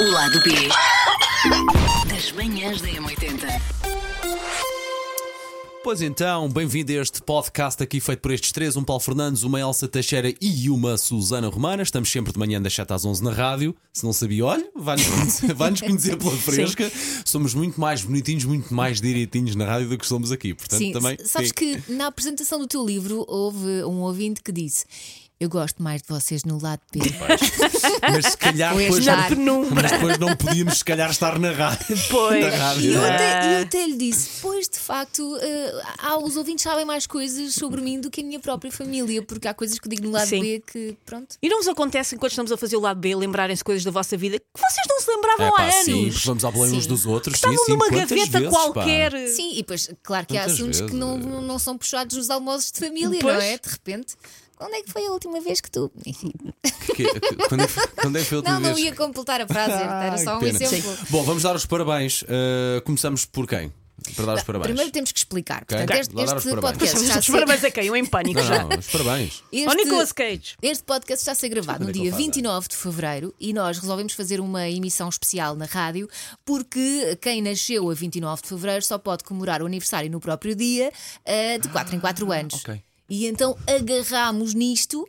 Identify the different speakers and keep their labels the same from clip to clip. Speaker 1: O lado B das manhãs da M80.
Speaker 2: Pois então, bem-vindo a este podcast aqui feito por estes três: um Paulo Fernandes, uma Elsa Teixeira e uma Susana Romana. Estamos sempre de manhã das 7 às 11 na rádio. Se não sabia, olha, vai-nos conhecer, vai-nos conhecer pela fresca. Somos muito mais bonitinhos, muito mais direitinhos na rádio do que somos aqui. Portanto,
Speaker 3: Sim,
Speaker 2: também.
Speaker 3: s- sabes
Speaker 2: sim.
Speaker 3: que na apresentação do teu livro houve um ouvinte que disse: Eu gosto mais de vocês no lado B.
Speaker 2: Mas se calhar
Speaker 3: Pois
Speaker 2: depois
Speaker 3: na
Speaker 2: não,
Speaker 4: penumbra.
Speaker 2: mas depois não podíamos, se calhar, estar na rádio.
Speaker 4: Pois.
Speaker 2: Na rádio,
Speaker 3: E eu
Speaker 2: não é?
Speaker 3: até,
Speaker 4: Ah.
Speaker 3: eu até lhe disse: Pois, de facto, eh, há, os ouvintes sabem mais coisas sobre mim do que a minha própria família, porque há coisas que digo no lado
Speaker 4: Sim.
Speaker 3: B que, pronto.
Speaker 4: E não vos acontece enquanto estamos a fazer o lado B lembrarem-se coisas da vossa vida que vocês não se lembravam
Speaker 2: É
Speaker 4: há
Speaker 2: pá,
Speaker 4: anos.
Speaker 2: sim, porque vamos ao problema uns
Speaker 3: Sim.
Speaker 2: dos outros.
Speaker 4: Estavam
Speaker 2: sim, sim,
Speaker 4: numa
Speaker 2: quantas
Speaker 4: gaveta
Speaker 2: vezes, pá?
Speaker 4: qualquer.
Speaker 3: Sim, e depois, claro que há
Speaker 2: Quantas
Speaker 3: assuntos que não,
Speaker 2: vezes?
Speaker 3: não são puxados nos almoços de família, não
Speaker 4: Pois.
Speaker 3: é? De repente. Quando é que foi a última vez que tu.
Speaker 2: Que- que- Quando é que foi- quando é que foi a última
Speaker 3: Não, não
Speaker 2: vez?
Speaker 3: ia completar a frase, era
Speaker 2: Ai,
Speaker 3: só um
Speaker 2: que pena.
Speaker 3: exemplo.
Speaker 2: Bom, vamos dar os parabéns. Uh, começamos por quem? Para dar os parabéns.
Speaker 3: Primeiro temos que explicar. Portanto,
Speaker 2: Ok.
Speaker 3: este,
Speaker 2: Vou dar os
Speaker 3: este
Speaker 2: parabéns.
Speaker 3: podcast está a
Speaker 4: Os
Speaker 3: ser-
Speaker 4: parabéns a quem? Eu em pânico já.
Speaker 2: Não, não, os parabéns.
Speaker 3: este-
Speaker 4: Ao Nicolas Cage.
Speaker 3: Este podcast está a ser
Speaker 2: Onde
Speaker 3: gravado no
Speaker 2: é que
Speaker 3: dia
Speaker 2: ele faz,
Speaker 3: 29 de fevereiro e nós resolvemos fazer uma emissão especial na rádio porque quem nasceu a 29 de fevereiro só pode comemorar o aniversário no próprio dia ah, de 4 em 4 anos.
Speaker 2: ok.
Speaker 3: E então agarramos nisto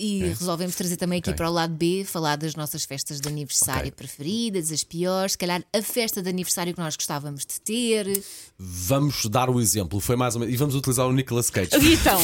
Speaker 3: e resolvemos trazer também aqui
Speaker 2: Ok.
Speaker 3: para o lado B falar das nossas festas de aniversário
Speaker 2: Ok.
Speaker 3: preferidas, as piores, se calhar a festa de aniversário que nós gostávamos de ter.
Speaker 2: Vamos dar o exemplo. Foi mais ou menos. E vamos utilizar o Nicolas Cage.
Speaker 4: E então?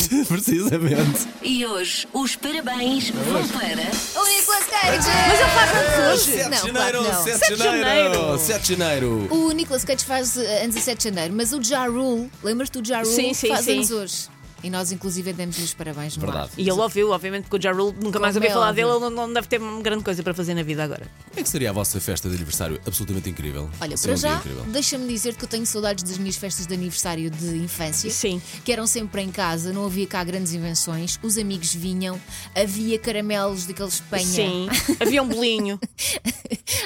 Speaker 2: Precisamente.
Speaker 1: E hoje os parabéns vão para.
Speaker 3: O Nicolas Cage! Mas ele faz anos
Speaker 2: é
Speaker 3: hoje! Não, claro que não.
Speaker 2: 7 de janeiro. 7 de janeiro.
Speaker 3: O Nicolas Cage faz eh, anos a 7 de janeiro, mas o Ja Rule, lembras-te do Ja Rule?
Speaker 4: Sim, sim,
Speaker 3: faz
Speaker 4: sim.
Speaker 3: anos hoje. E nós, inclusive, demos-lhe os parabéns no
Speaker 2: Verdade.
Speaker 3: ar.
Speaker 4: E ele ouviu, obviamente, porque o Ja Rule nunca mais
Speaker 3: Como
Speaker 4: ouvi
Speaker 3: é
Speaker 4: falar
Speaker 3: óbvio.
Speaker 4: dele, ele não, não deve ter uma grande coisa para fazer na vida agora.
Speaker 2: Como é que seria a vossa festa de aniversário? Absolutamente incrível.
Speaker 3: Olha,
Speaker 2: Seria
Speaker 3: para
Speaker 2: um dia
Speaker 3: já,
Speaker 2: incrível.
Speaker 3: deixa-me dizer que eu tenho saudades das minhas festas de aniversário de infância.
Speaker 4: Sim.
Speaker 3: Que eram sempre em casa, não havia cá grandes invenções, os amigos vinham, havia caramelos daqueles penha.
Speaker 4: Sim. Havia um bolinho.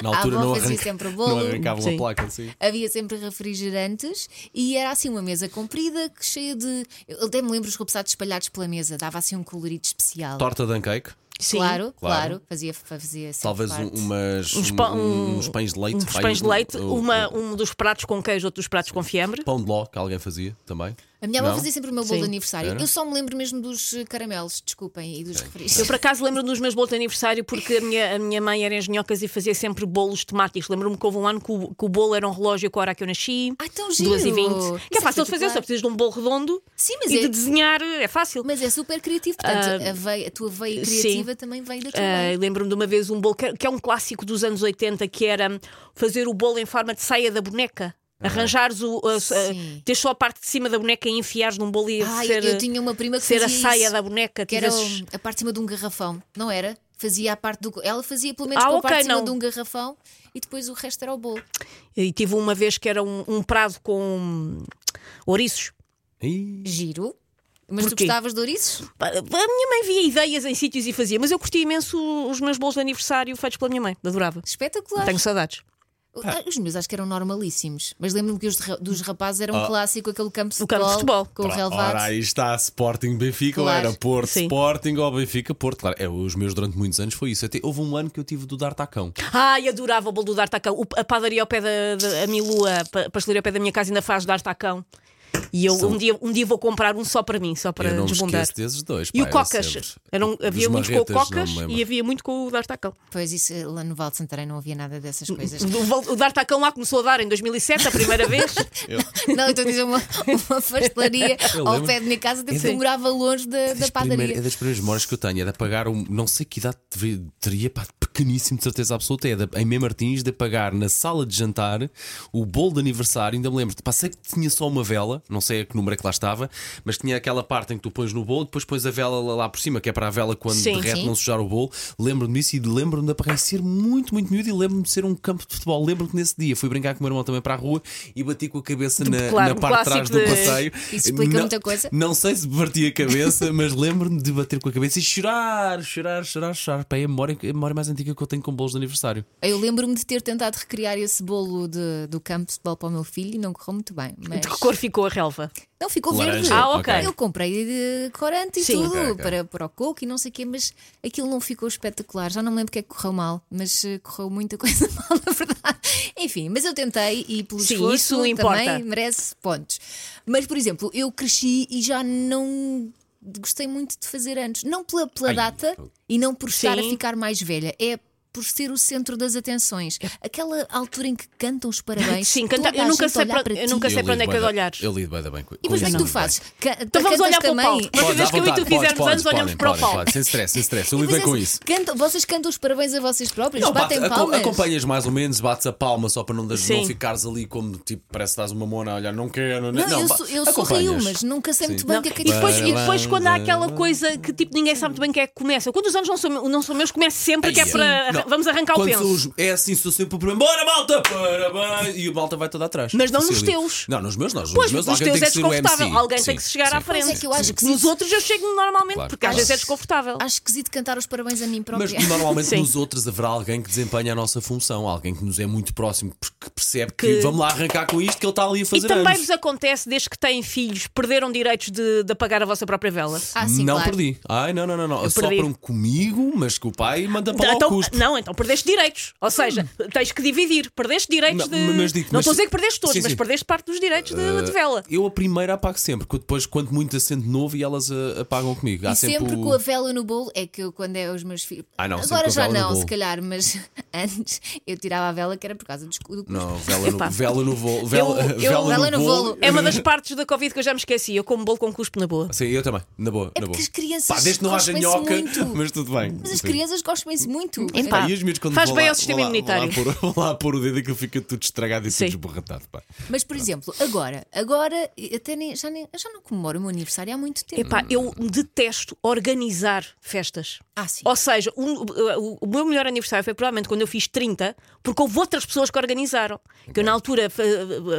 Speaker 2: Na
Speaker 3: A
Speaker 2: altura
Speaker 3: avó
Speaker 2: não,
Speaker 3: fazia
Speaker 2: arranca...
Speaker 3: sempre o
Speaker 2: não
Speaker 3: bolo.
Speaker 2: arrancavam a
Speaker 4: Sim.
Speaker 2: placa assim.
Speaker 3: Havia sempre refrigerantes e era assim uma mesa comprida que cheia de. Eu até me lembro os repousados espalhados pela mesa, dava assim um colorido especial.
Speaker 2: Torta de cake.
Speaker 4: Sim.
Speaker 3: Claro,
Speaker 2: Claro.
Speaker 3: claro, fazia, fazia sempre
Speaker 2: Talvez um-
Speaker 3: parte.
Speaker 2: umas,
Speaker 4: Uns pa-
Speaker 2: um-
Speaker 4: um-
Speaker 2: uns pães de leite.
Speaker 4: Uns
Speaker 2: pá,
Speaker 4: pães de
Speaker 2: um-
Speaker 4: leite,
Speaker 2: um-
Speaker 4: uma, um dos pratos com queijo, outro dos pratos com fiambre.
Speaker 2: Pão de ló que alguém fazia também.
Speaker 3: A minha avó
Speaker 2: Não?
Speaker 3: fazia sempre o meu bolo
Speaker 4: Sim.
Speaker 3: de aniversário.
Speaker 2: Era?
Speaker 3: Eu só me lembro mesmo dos eh, caramelos, desculpem, e dos
Speaker 4: Eu,
Speaker 3: refrigerantes.
Speaker 4: por acaso, lembro-me dos meus bolos de aniversário porque a minha, a minha mãe era engenhocas e fazia sempre bolos temáticos. Lembro-me que houve um ano que o, que o bolo era um relógio com a hora que eu nasci.
Speaker 3: Ah, tão giro!
Speaker 4: 2 e 20 Que é
Speaker 3: Isso
Speaker 4: fácil de fazer,
Speaker 3: espetacular.
Speaker 4: só precisas de um bolo redondo
Speaker 3: Sim, mas
Speaker 4: e
Speaker 3: é-
Speaker 4: de desenhar, é fácil.
Speaker 3: Mas é super criativo, portanto, a, veia- a tua veia
Speaker 4: sim.
Speaker 3: criativa também veio da tua
Speaker 4: Ah,
Speaker 3: mãe.
Speaker 4: Lembro-me de uma vez um bolo que que é um clássico dos anos 80 que era fazer o bolo em forma de saia da boneca. Arranjares o. a- a-
Speaker 3: Sim.
Speaker 4: teres só a parte de cima da boneca e enfiares num bolo e
Speaker 3: Ai,
Speaker 4: ser,
Speaker 3: eu tinha uma prima que
Speaker 4: ser a
Speaker 3: fazia
Speaker 4: saia
Speaker 3: isso,
Speaker 4: da boneca.
Speaker 3: Que era
Speaker 4: tivesses-
Speaker 3: o- a parte de cima de um garrafão, não era? Fazia a parte do. Ela fazia pelo menos
Speaker 4: Ah,
Speaker 3: com a
Speaker 4: ok,
Speaker 3: parte de cima
Speaker 4: não.
Speaker 3: de um garrafão e depois o resto era o bolo.
Speaker 4: E tive uma vez que era um, um prado com ouriços.
Speaker 2: Ih,
Speaker 3: Giro. Mas tu
Speaker 4: Porquê?
Speaker 3: gostavas de ouriços?
Speaker 4: Pá, A minha mãe via ideias em sítios e fazia, mas eu curti imenso os meus bolos de aniversário feitos pela minha mãe. Adorava.
Speaker 3: Espetacular.
Speaker 4: Tenho saudades.
Speaker 3: Ah, Os meus acho que eram normalíssimos, mas lembro-me que os de ra- dos rapazes eram um clássico, aquele campo de
Speaker 4: O
Speaker 3: futebol,
Speaker 4: Ah. campo de futebol.
Speaker 3: com o
Speaker 2: Ora,
Speaker 3: relvado.
Speaker 2: aí está Sporting Benfica, ou
Speaker 3: Claro.
Speaker 2: era Porto
Speaker 4: Sim.
Speaker 2: Sporting ou Benfica Porto. Claro, é, os meus durante muitos anos foi isso. Até, houve um ano que eu tive do dar tacão.
Speaker 4: Ai, adorava o bolo do D'Artacão. O- A padaria ao pé da, da- a Milua, a pa- pastelaria ao pé da minha casa ainda faz D'Artacão. E eu
Speaker 2: São-
Speaker 4: um, dia, um dia vou comprar um só para mim, só para
Speaker 2: eu não me
Speaker 4: desbundar.
Speaker 2: esqueço desses dois.
Speaker 4: E
Speaker 2: pá,
Speaker 4: o
Speaker 2: era
Speaker 4: Cocas.
Speaker 2: sempre-
Speaker 4: Eram-
Speaker 2: Dos
Speaker 4: havia muito com o
Speaker 2: marretas, não me
Speaker 4: Cocas
Speaker 2: lembro.
Speaker 4: e havia muito com o D'Artacão.
Speaker 3: Pois isso, lá no Val de Santarém não havia nada dessas coisas.
Speaker 4: O D'Artacão lá começou a dar em 2007, a primeira vez.
Speaker 3: não, eu estou a dizer uma, uma pastelaria
Speaker 2: Eu
Speaker 3: ao
Speaker 2: lembro.
Speaker 3: pé da minha casa, até porque eu
Speaker 4: Sim.
Speaker 3: morava longe da, da
Speaker 2: Das primeiras- é
Speaker 3: padaria.
Speaker 2: das primeiras memórias que eu tenho, é de apagar um. Não sei que idade deveria- teria, pá, pequeníssimo, de certeza absoluta. É de, em Mem Martins de apagar na sala de jantar o bolo de aniversário. Ainda me lembro, pá, sei que tinha só uma vela, não sei a que número é que lá estava, mas tinha aquela parte em que tu pões no bolo, depois pões a vela lá, lá por cima, que é para a vela quando
Speaker 4: Sim,
Speaker 2: derrete
Speaker 3: sim.
Speaker 2: não sujar o bolo. Lembro-me disso e lembro-me de apagar e ser muito, muito miúdo e lembro-me de ser um campo de futebol. Lembro-me que nesse dia fui brincar com o meu irmão também para a rua e bati com a cabeça na,
Speaker 4: claro,
Speaker 2: na
Speaker 4: um
Speaker 2: parte de trás do
Speaker 4: clássico de-
Speaker 2: passeio.
Speaker 3: Isso explica
Speaker 2: Não-
Speaker 3: muita coisa.
Speaker 2: não sei se bati a cabeça, mas lembro-me de bater com a cabeça e chorar, chorar, chorar, chorar. Pá, é a memória, a memória mais antiga nostálgica que eu tenho com bolos de aniversário.
Speaker 3: Eu lembro-me de ter tentado recriar esse bolo de- do campo de futebol para o meu filho e não correu muito bem. Mas...
Speaker 4: De que cor ficou a relva?
Speaker 3: Não, ficou verde.
Speaker 2: Laranja,
Speaker 4: Ah, ok.
Speaker 3: Eu comprei de corante e
Speaker 4: Sim.
Speaker 3: tudo
Speaker 2: Ok, ok.
Speaker 3: Para, para o coco e não sei o quê, mas aquilo não ficou espetacular. Já não me lembro o que é que correu mal, mas eh, correu muita coisa mal, na verdade. Enfim, mas eu tentei e pelo
Speaker 4: Sim,
Speaker 3: esforço
Speaker 4: isso
Speaker 3: também
Speaker 4: importa.
Speaker 3: merece pontos. Mas, por exemplo, eu cresci e já não gostei muito de fazer anos. Não pela, pela
Speaker 2: Ai,
Speaker 3: data e não por estar a
Speaker 4: Sim.
Speaker 3: ficar mais velha, é por ser o centro das atenções. Aquela altura em que cantam os parabéns.
Speaker 4: É. Sim, canta-
Speaker 3: toda
Speaker 4: eu
Speaker 3: a
Speaker 4: nunca
Speaker 3: gente
Speaker 4: sei
Speaker 3: olhar
Speaker 4: pra-
Speaker 3: para
Speaker 4: eu
Speaker 3: ti.
Speaker 4: nunca Não sei
Speaker 2: Eu
Speaker 4: para
Speaker 2: lido
Speaker 4: onde é que é de
Speaker 2: bué-
Speaker 4: olhares.
Speaker 2: Eu lido bem, bem com
Speaker 3: E mas o que é que
Speaker 2: lido
Speaker 3: tu
Speaker 2: bem.
Speaker 3: fazes? Ca-
Speaker 4: Então vamos
Speaker 3: cantas
Speaker 4: olhar para o
Speaker 3: também?
Speaker 4: Paulo. Cada
Speaker 2: Podes,
Speaker 4: vez
Speaker 2: à
Speaker 4: que eu e tu
Speaker 2: vontade, podes,
Speaker 4: fizermos anos,
Speaker 2: podes,
Speaker 4: olhamos
Speaker 2: podem,
Speaker 4: para o
Speaker 2: podem,
Speaker 4: Paulo.
Speaker 2: podem. Sem stress, sem stress. Eu
Speaker 3: E
Speaker 2: lido bem
Speaker 3: vocês
Speaker 2: com isso.
Speaker 3: cantam- vocês cantam os parabéns a vocês próprios,
Speaker 2: Não,
Speaker 3: batem
Speaker 2: bate-
Speaker 3: palmas.
Speaker 2: acompanhas mais ou menos, bates a palma só para não, das,
Speaker 4: Sim.
Speaker 2: não ficares ali como tipo, parece que estás uma mona a olhar, não quero,
Speaker 3: Não, eu,
Speaker 2: ba-
Speaker 3: sou, eu
Speaker 2: acompanhas.
Speaker 3: sorrio, mas nunca sei muito bem
Speaker 4: Não,
Speaker 3: o que é que
Speaker 4: e, depois,
Speaker 3: é
Speaker 4: e depois quando há aquela coisa que tipo ninguém sabe muito bem quem é que começa. Quando os anos não são, meu- não são meus, começo sempre que é
Speaker 2: Ai,
Speaker 4: para.
Speaker 2: não.
Speaker 4: Vamos arrancar o
Speaker 2: Quando
Speaker 4: penso.
Speaker 2: são os- é assim, sou sempre o primeiro. Bora, malta! Parabéns! E o malta vai toda atrás.
Speaker 4: Mas não nos
Speaker 2: Cecília.
Speaker 4: teus.
Speaker 2: Não, nos meus não. Nos
Speaker 4: Pois,
Speaker 2: meus
Speaker 4: nos
Speaker 2: alguém
Speaker 4: teus
Speaker 2: tem
Speaker 4: é
Speaker 2: que ser o MC.
Speaker 4: desconfortável. Alguém tem
Speaker 2: Sim,
Speaker 4: que se chegar
Speaker 2: sim.
Speaker 4: à frente.
Speaker 3: Pois é que eu acho que
Speaker 4: Nos
Speaker 3: sim.
Speaker 4: outros eu chego normalmente,
Speaker 2: Claro.
Speaker 4: porque às vezes é desconfortável.
Speaker 3: Acho esquisito cantar os parabéns a mim
Speaker 2: Mas
Speaker 3: própria.
Speaker 2: normalmente
Speaker 4: Sim.
Speaker 2: nos outros haverá alguém que desempenha a nossa função, alguém que nos é muito próximo, porque percebe que,
Speaker 4: Que-
Speaker 2: vamos lá arrancar com isto que ele está ali a
Speaker 4: E
Speaker 2: fazer
Speaker 4: também
Speaker 2: anos.
Speaker 4: vos acontece, desde que têm filhos, perderam direitos de, de apagar a vossa própria vela?
Speaker 3: Ah, sim,
Speaker 2: não
Speaker 3: claro.
Speaker 2: perdi. Ai, não, não, não, não.
Speaker 4: assim, perdi.
Speaker 2: Sopram comigo, mas que o pai manda para lá o
Speaker 4: Então,
Speaker 2: cuspo.
Speaker 4: não, então perdeste direitos. Ou seja, tens que dividir. Perdeste direitos
Speaker 2: Não,
Speaker 4: de.
Speaker 2: mas digo,
Speaker 4: não
Speaker 2: mas-
Speaker 4: estou a dizer que perdeste todos,
Speaker 2: Sim, Eh,
Speaker 4: mas
Speaker 2: sim.
Speaker 4: perdeste parte dos direitos de, de vela.
Speaker 2: Eu a primeira apago sempre, que depois, quanto muito, acendo novo e elas ah, apagam comigo. Há
Speaker 3: E sempre,
Speaker 2: o-
Speaker 3: com a vela no bolo, é que eu, quando é os meus filhos.
Speaker 2: Ah, não, sempre com
Speaker 3: Agora
Speaker 2: a
Speaker 3: já
Speaker 2: vela no
Speaker 3: não, se
Speaker 2: bolo.
Speaker 3: calhar, mas antes eu tirava a vela que era por causa do escudo.
Speaker 2: Não, vela
Speaker 4: Epá.
Speaker 2: no, vela no voo. Vela,
Speaker 4: Eu- eu-
Speaker 3: vela no
Speaker 2: voo.
Speaker 3: bolo.
Speaker 4: É uma das partes da Covid que eu já me esqueci. Eu como bolo com cuspo na boa.
Speaker 2: Sim, eu também. Na boa,
Speaker 3: É
Speaker 2: na boa.
Speaker 3: porque as crianças
Speaker 2: Pá, desde que não haja
Speaker 3: cospem-se
Speaker 2: nhoca,
Speaker 3: muito.
Speaker 2: mas tudo bem.
Speaker 3: Mas as
Speaker 2: Sim.
Speaker 3: crianças gostam-se muito. Então,
Speaker 4: Epá.
Speaker 2: Pá, e os miúdos quando
Speaker 4: Faz
Speaker 2: vão
Speaker 4: bem
Speaker 2: lá-
Speaker 4: ao sistema
Speaker 2: vão lá-
Speaker 4: imunitário.
Speaker 2: Vão lá, pôr, vão lá pôr o dedo e que fica tudo estragado e
Speaker 4: Sim.
Speaker 2: tudo esborratado. Pá.
Speaker 3: Mas, por exemplo, agora, agora até nem, já, nem, já não comemoro o meu aniversário há muito tempo.
Speaker 4: Epá, eu detesto organizar festas.
Speaker 3: Ah, sim.
Speaker 4: Ou seja, um, o, o- o meu melhor aniversário foi provavelmente quando eu fiz 30, porque houve outras pessoas que organizaram. Que eu, na altura, fa-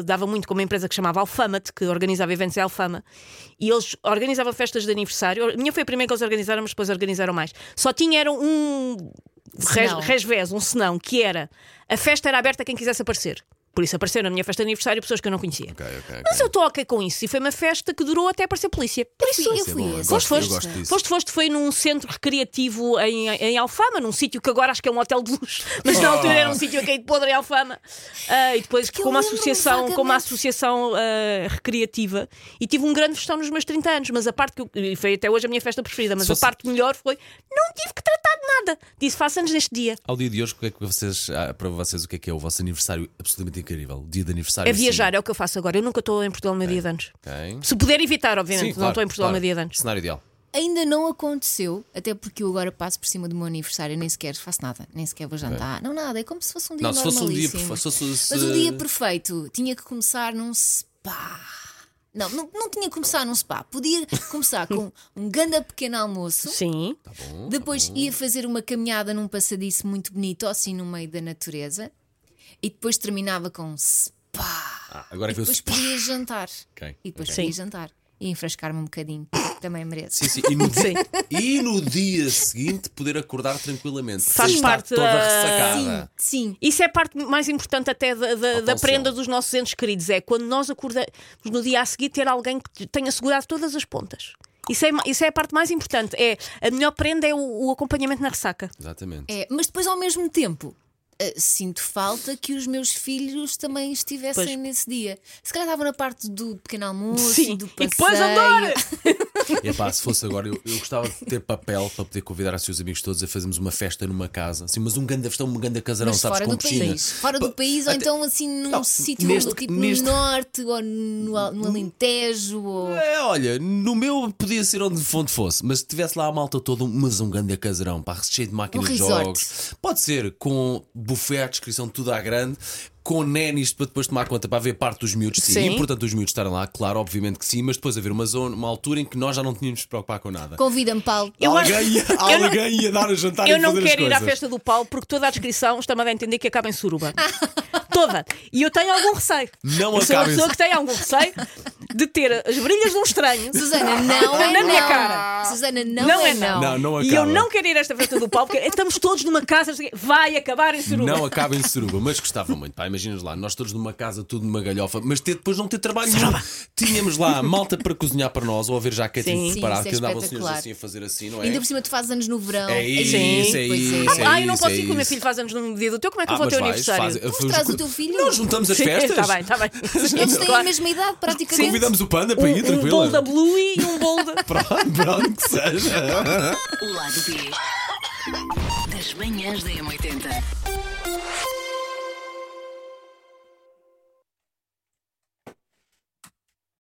Speaker 4: dava muito com uma empresa que chamava Alfamate, que organizava eventos em Alfama, e eles organizavam festas de aniversário. A minha foi a primeira que eles organizaram, mas depois organizaram mais. Só tinha era um res-
Speaker 3: Senão.
Speaker 4: resvés, um senão, que era a festa era aberta a quem quisesse aparecer. Por isso apareceram na minha festa de aniversário pessoas que eu não conhecia.
Speaker 2: Ok, ok, ok.
Speaker 4: Mas eu estou ok com isso. E foi uma festa que durou até aparecer polícia. Por isso,
Speaker 3: eu
Speaker 2: Isso é
Speaker 3: fui
Speaker 2: bom, eu
Speaker 3: esse.
Speaker 2: gosto-
Speaker 4: Foste,
Speaker 2: eu gosto disso.
Speaker 4: Foste, foste, foi num centro recreativo em, em Alfama, num sítio que agora acho que é um hotel de luxo, mas na altura
Speaker 2: Ah.
Speaker 4: era um sítio aqui de podre em Alfama. Ah, e depois
Speaker 3: eu
Speaker 4: com uma
Speaker 3: lembro-me
Speaker 4: associação, com uma
Speaker 3: vagamente.
Speaker 4: associação ah, recreativa. E tive um grande festão nos meus 30 anos, mas a parte que eu, e foi até hoje a minha festa preferida, mas
Speaker 2: Só
Speaker 4: a
Speaker 2: se-
Speaker 4: parte melhor foi não tive que tratar de nada. Disse faço anos neste dia.
Speaker 2: Ao dia de hoje, o que é que vocês, ah, para vocês, o que é que é o vosso aniversário absolutamente incrível? Dia de aniversário.
Speaker 4: É viajar, é o que eu faço agora. Eu nunca estou em Portugal no meu dia de anos.
Speaker 2: Assim. Ok.
Speaker 4: Se puder evitar, obviamente,
Speaker 2: Sim,
Speaker 4: não
Speaker 2: claro,
Speaker 4: estou em Portugal
Speaker 2: claro.
Speaker 4: no dia de anos.
Speaker 2: Cenário ideal.
Speaker 3: Ainda não aconteceu, até porque eu agora passo por cima do meu aniversário, nem sequer faço nada, nem sequer vou jantar, não nada, é como se fosse um dia
Speaker 2: Não, se fosse um dia.
Speaker 3: normalíssimo.
Speaker 2: perfe- se fosse- eh, se-
Speaker 3: Mas o dia perfeito tinha que começar num spa. Não, não, não tinha que começar num spa. Podia começar com um ganda pequeno almoço,
Speaker 4: Sim.
Speaker 3: depois
Speaker 2: Uhum.
Speaker 3: ia fazer uma caminhada num passadiço muito bonito, assim no meio da natureza, e depois terminava com um spa.
Speaker 2: Ah, agora é que eu.
Speaker 3: Depois podia jantar.
Speaker 2: Ok,
Speaker 3: E depois
Speaker 2: ok.
Speaker 3: podia
Speaker 4: Sim.
Speaker 3: jantar. E enfrascar-me um bocadinho. Também mereço.
Speaker 2: Sim, sim. E, no,
Speaker 4: Sim.
Speaker 2: e no dia seguinte poder acordar tranquilamente.
Speaker 4: Faz
Speaker 2: sem estar
Speaker 4: parte
Speaker 2: toda
Speaker 4: da-
Speaker 2: ressacada.
Speaker 3: Sim.
Speaker 4: Isso é a parte mais importante até da, da- da
Speaker 2: tão
Speaker 4: prenda
Speaker 2: cedo.
Speaker 4: dos nossos entes queridos. É quando nós acordamos no dia a seguir ter alguém que tenha segurado todas as pontas. Isso é, ma- isso é a parte mais importante. É, a melhor prenda é o, o acompanhamento na ressaca.
Speaker 2: Exatamente.
Speaker 3: É, mas depois ao mesmo tempo. eh, Sinto falta que os meus filhos também estivessem
Speaker 4: Pois.
Speaker 3: nesse dia. Se calhar estavam na parte do pequeno almoço, do
Speaker 4: e
Speaker 3: passeio.
Speaker 4: depois andar!
Speaker 2: Epá, se fosse agora, eu, eu gostava de ter papel para poder convidar assim os seus amigos todos a fazermos uma festa numa casa. Assim, mas um grande festão, um grande casarão,
Speaker 3: Mas
Speaker 2: sabes,
Speaker 3: fora
Speaker 2: com
Speaker 3: do
Speaker 2: piscina.
Speaker 3: país. Fora do
Speaker 2: Pa-
Speaker 3: país, ou
Speaker 2: até-
Speaker 3: então assim num
Speaker 2: Não,
Speaker 3: sítio
Speaker 2: neste-
Speaker 3: tipo
Speaker 2: neste-
Speaker 3: no norte, ou no, Al- no Alentejo, ou.
Speaker 2: É, olha, no meu podia ser onde fonte fosse, mas se tivesse lá a malta toda, mas um grande casarão, pá, cheio de máquinas
Speaker 3: Um
Speaker 2: de
Speaker 3: resort.
Speaker 2: jogos. Pode ser, com buffet à descrição, tudo à grande, com nénis para depois tomar conta, para ver parte dos miúdos. Sim,
Speaker 4: Sim.
Speaker 2: é importante os miúdos estarem lá, claro, obviamente que sim, mas depois haver uma zona, uma altura em que nós já não tínhamos de preocupar com nada.
Speaker 3: Convida-me, Paulo.
Speaker 4: Eu acho-
Speaker 2: alguém, ia,
Speaker 4: eu não-
Speaker 2: alguém ia dar a jantar
Speaker 4: Eu
Speaker 2: e
Speaker 4: não
Speaker 2: fazer
Speaker 4: quero
Speaker 2: as
Speaker 4: ir à
Speaker 2: coisas.
Speaker 4: festa do Paulo porque toda a descrição está-me a dar a entender que acaba em suruba. toda. E eu tenho algum receio.
Speaker 2: Não
Speaker 4: eu sou
Speaker 2: acaba
Speaker 4: uma
Speaker 2: em
Speaker 4: pessoa
Speaker 2: su-
Speaker 4: que tem algum receio. de ter as brilhas de um estranho
Speaker 3: Susana, não é
Speaker 4: Na
Speaker 3: não.
Speaker 4: minha cara.
Speaker 3: Susana, não,
Speaker 4: Não
Speaker 3: é,
Speaker 4: é não.
Speaker 2: Não, não
Speaker 4: E eu
Speaker 2: acaba.
Speaker 4: não quero ir a esta frente do palco, porque estamos todos numa casa, não sei o quê. vai acabar em suruba.
Speaker 2: Não acaba em suruba, mas gostava muito. Pá, imaginas lá, nós todos numa casa, tudo numa galhofa, mas ter, depois não ter trabalho nenhum. Tínhamos lá malta para cozinhar para nós, ou haver já catering
Speaker 4: Sim,
Speaker 2: preparado,
Speaker 3: isso é
Speaker 2: que andavam os senhores
Speaker 3: espetacular.
Speaker 2: assim a fazer assim, não é?
Speaker 3: Ainda por cima tu fazes anos no verão.
Speaker 2: É isso,
Speaker 4: Sim,
Speaker 2: é
Speaker 3: pois é.
Speaker 2: isso. é
Speaker 4: ah, eu não
Speaker 2: isso, é
Speaker 4: posso ir, porque o meu
Speaker 2: isso.
Speaker 4: filho faz anos no dia do teu, como é que
Speaker 2: Ah,
Speaker 4: eu vou ao
Speaker 2: mas
Speaker 4: teu
Speaker 2: vais,
Speaker 4: aniversário?
Speaker 2: faz-
Speaker 3: Mas traz o teu filho.
Speaker 2: Nós juntamos as
Speaker 4: Sim,
Speaker 2: festas.
Speaker 4: Está bem, está bem.
Speaker 3: Eles têm a
Speaker 4: Claro.
Speaker 3: mesma idade, praticamente.
Speaker 2: Convidamos o panda para ir,
Speaker 4: Um, um
Speaker 2: tranquilo.
Speaker 4: bolo da Blue e um bolo da.
Speaker 2: Pronto, pronto, que seja.
Speaker 1: O lado B das manhãs da M80.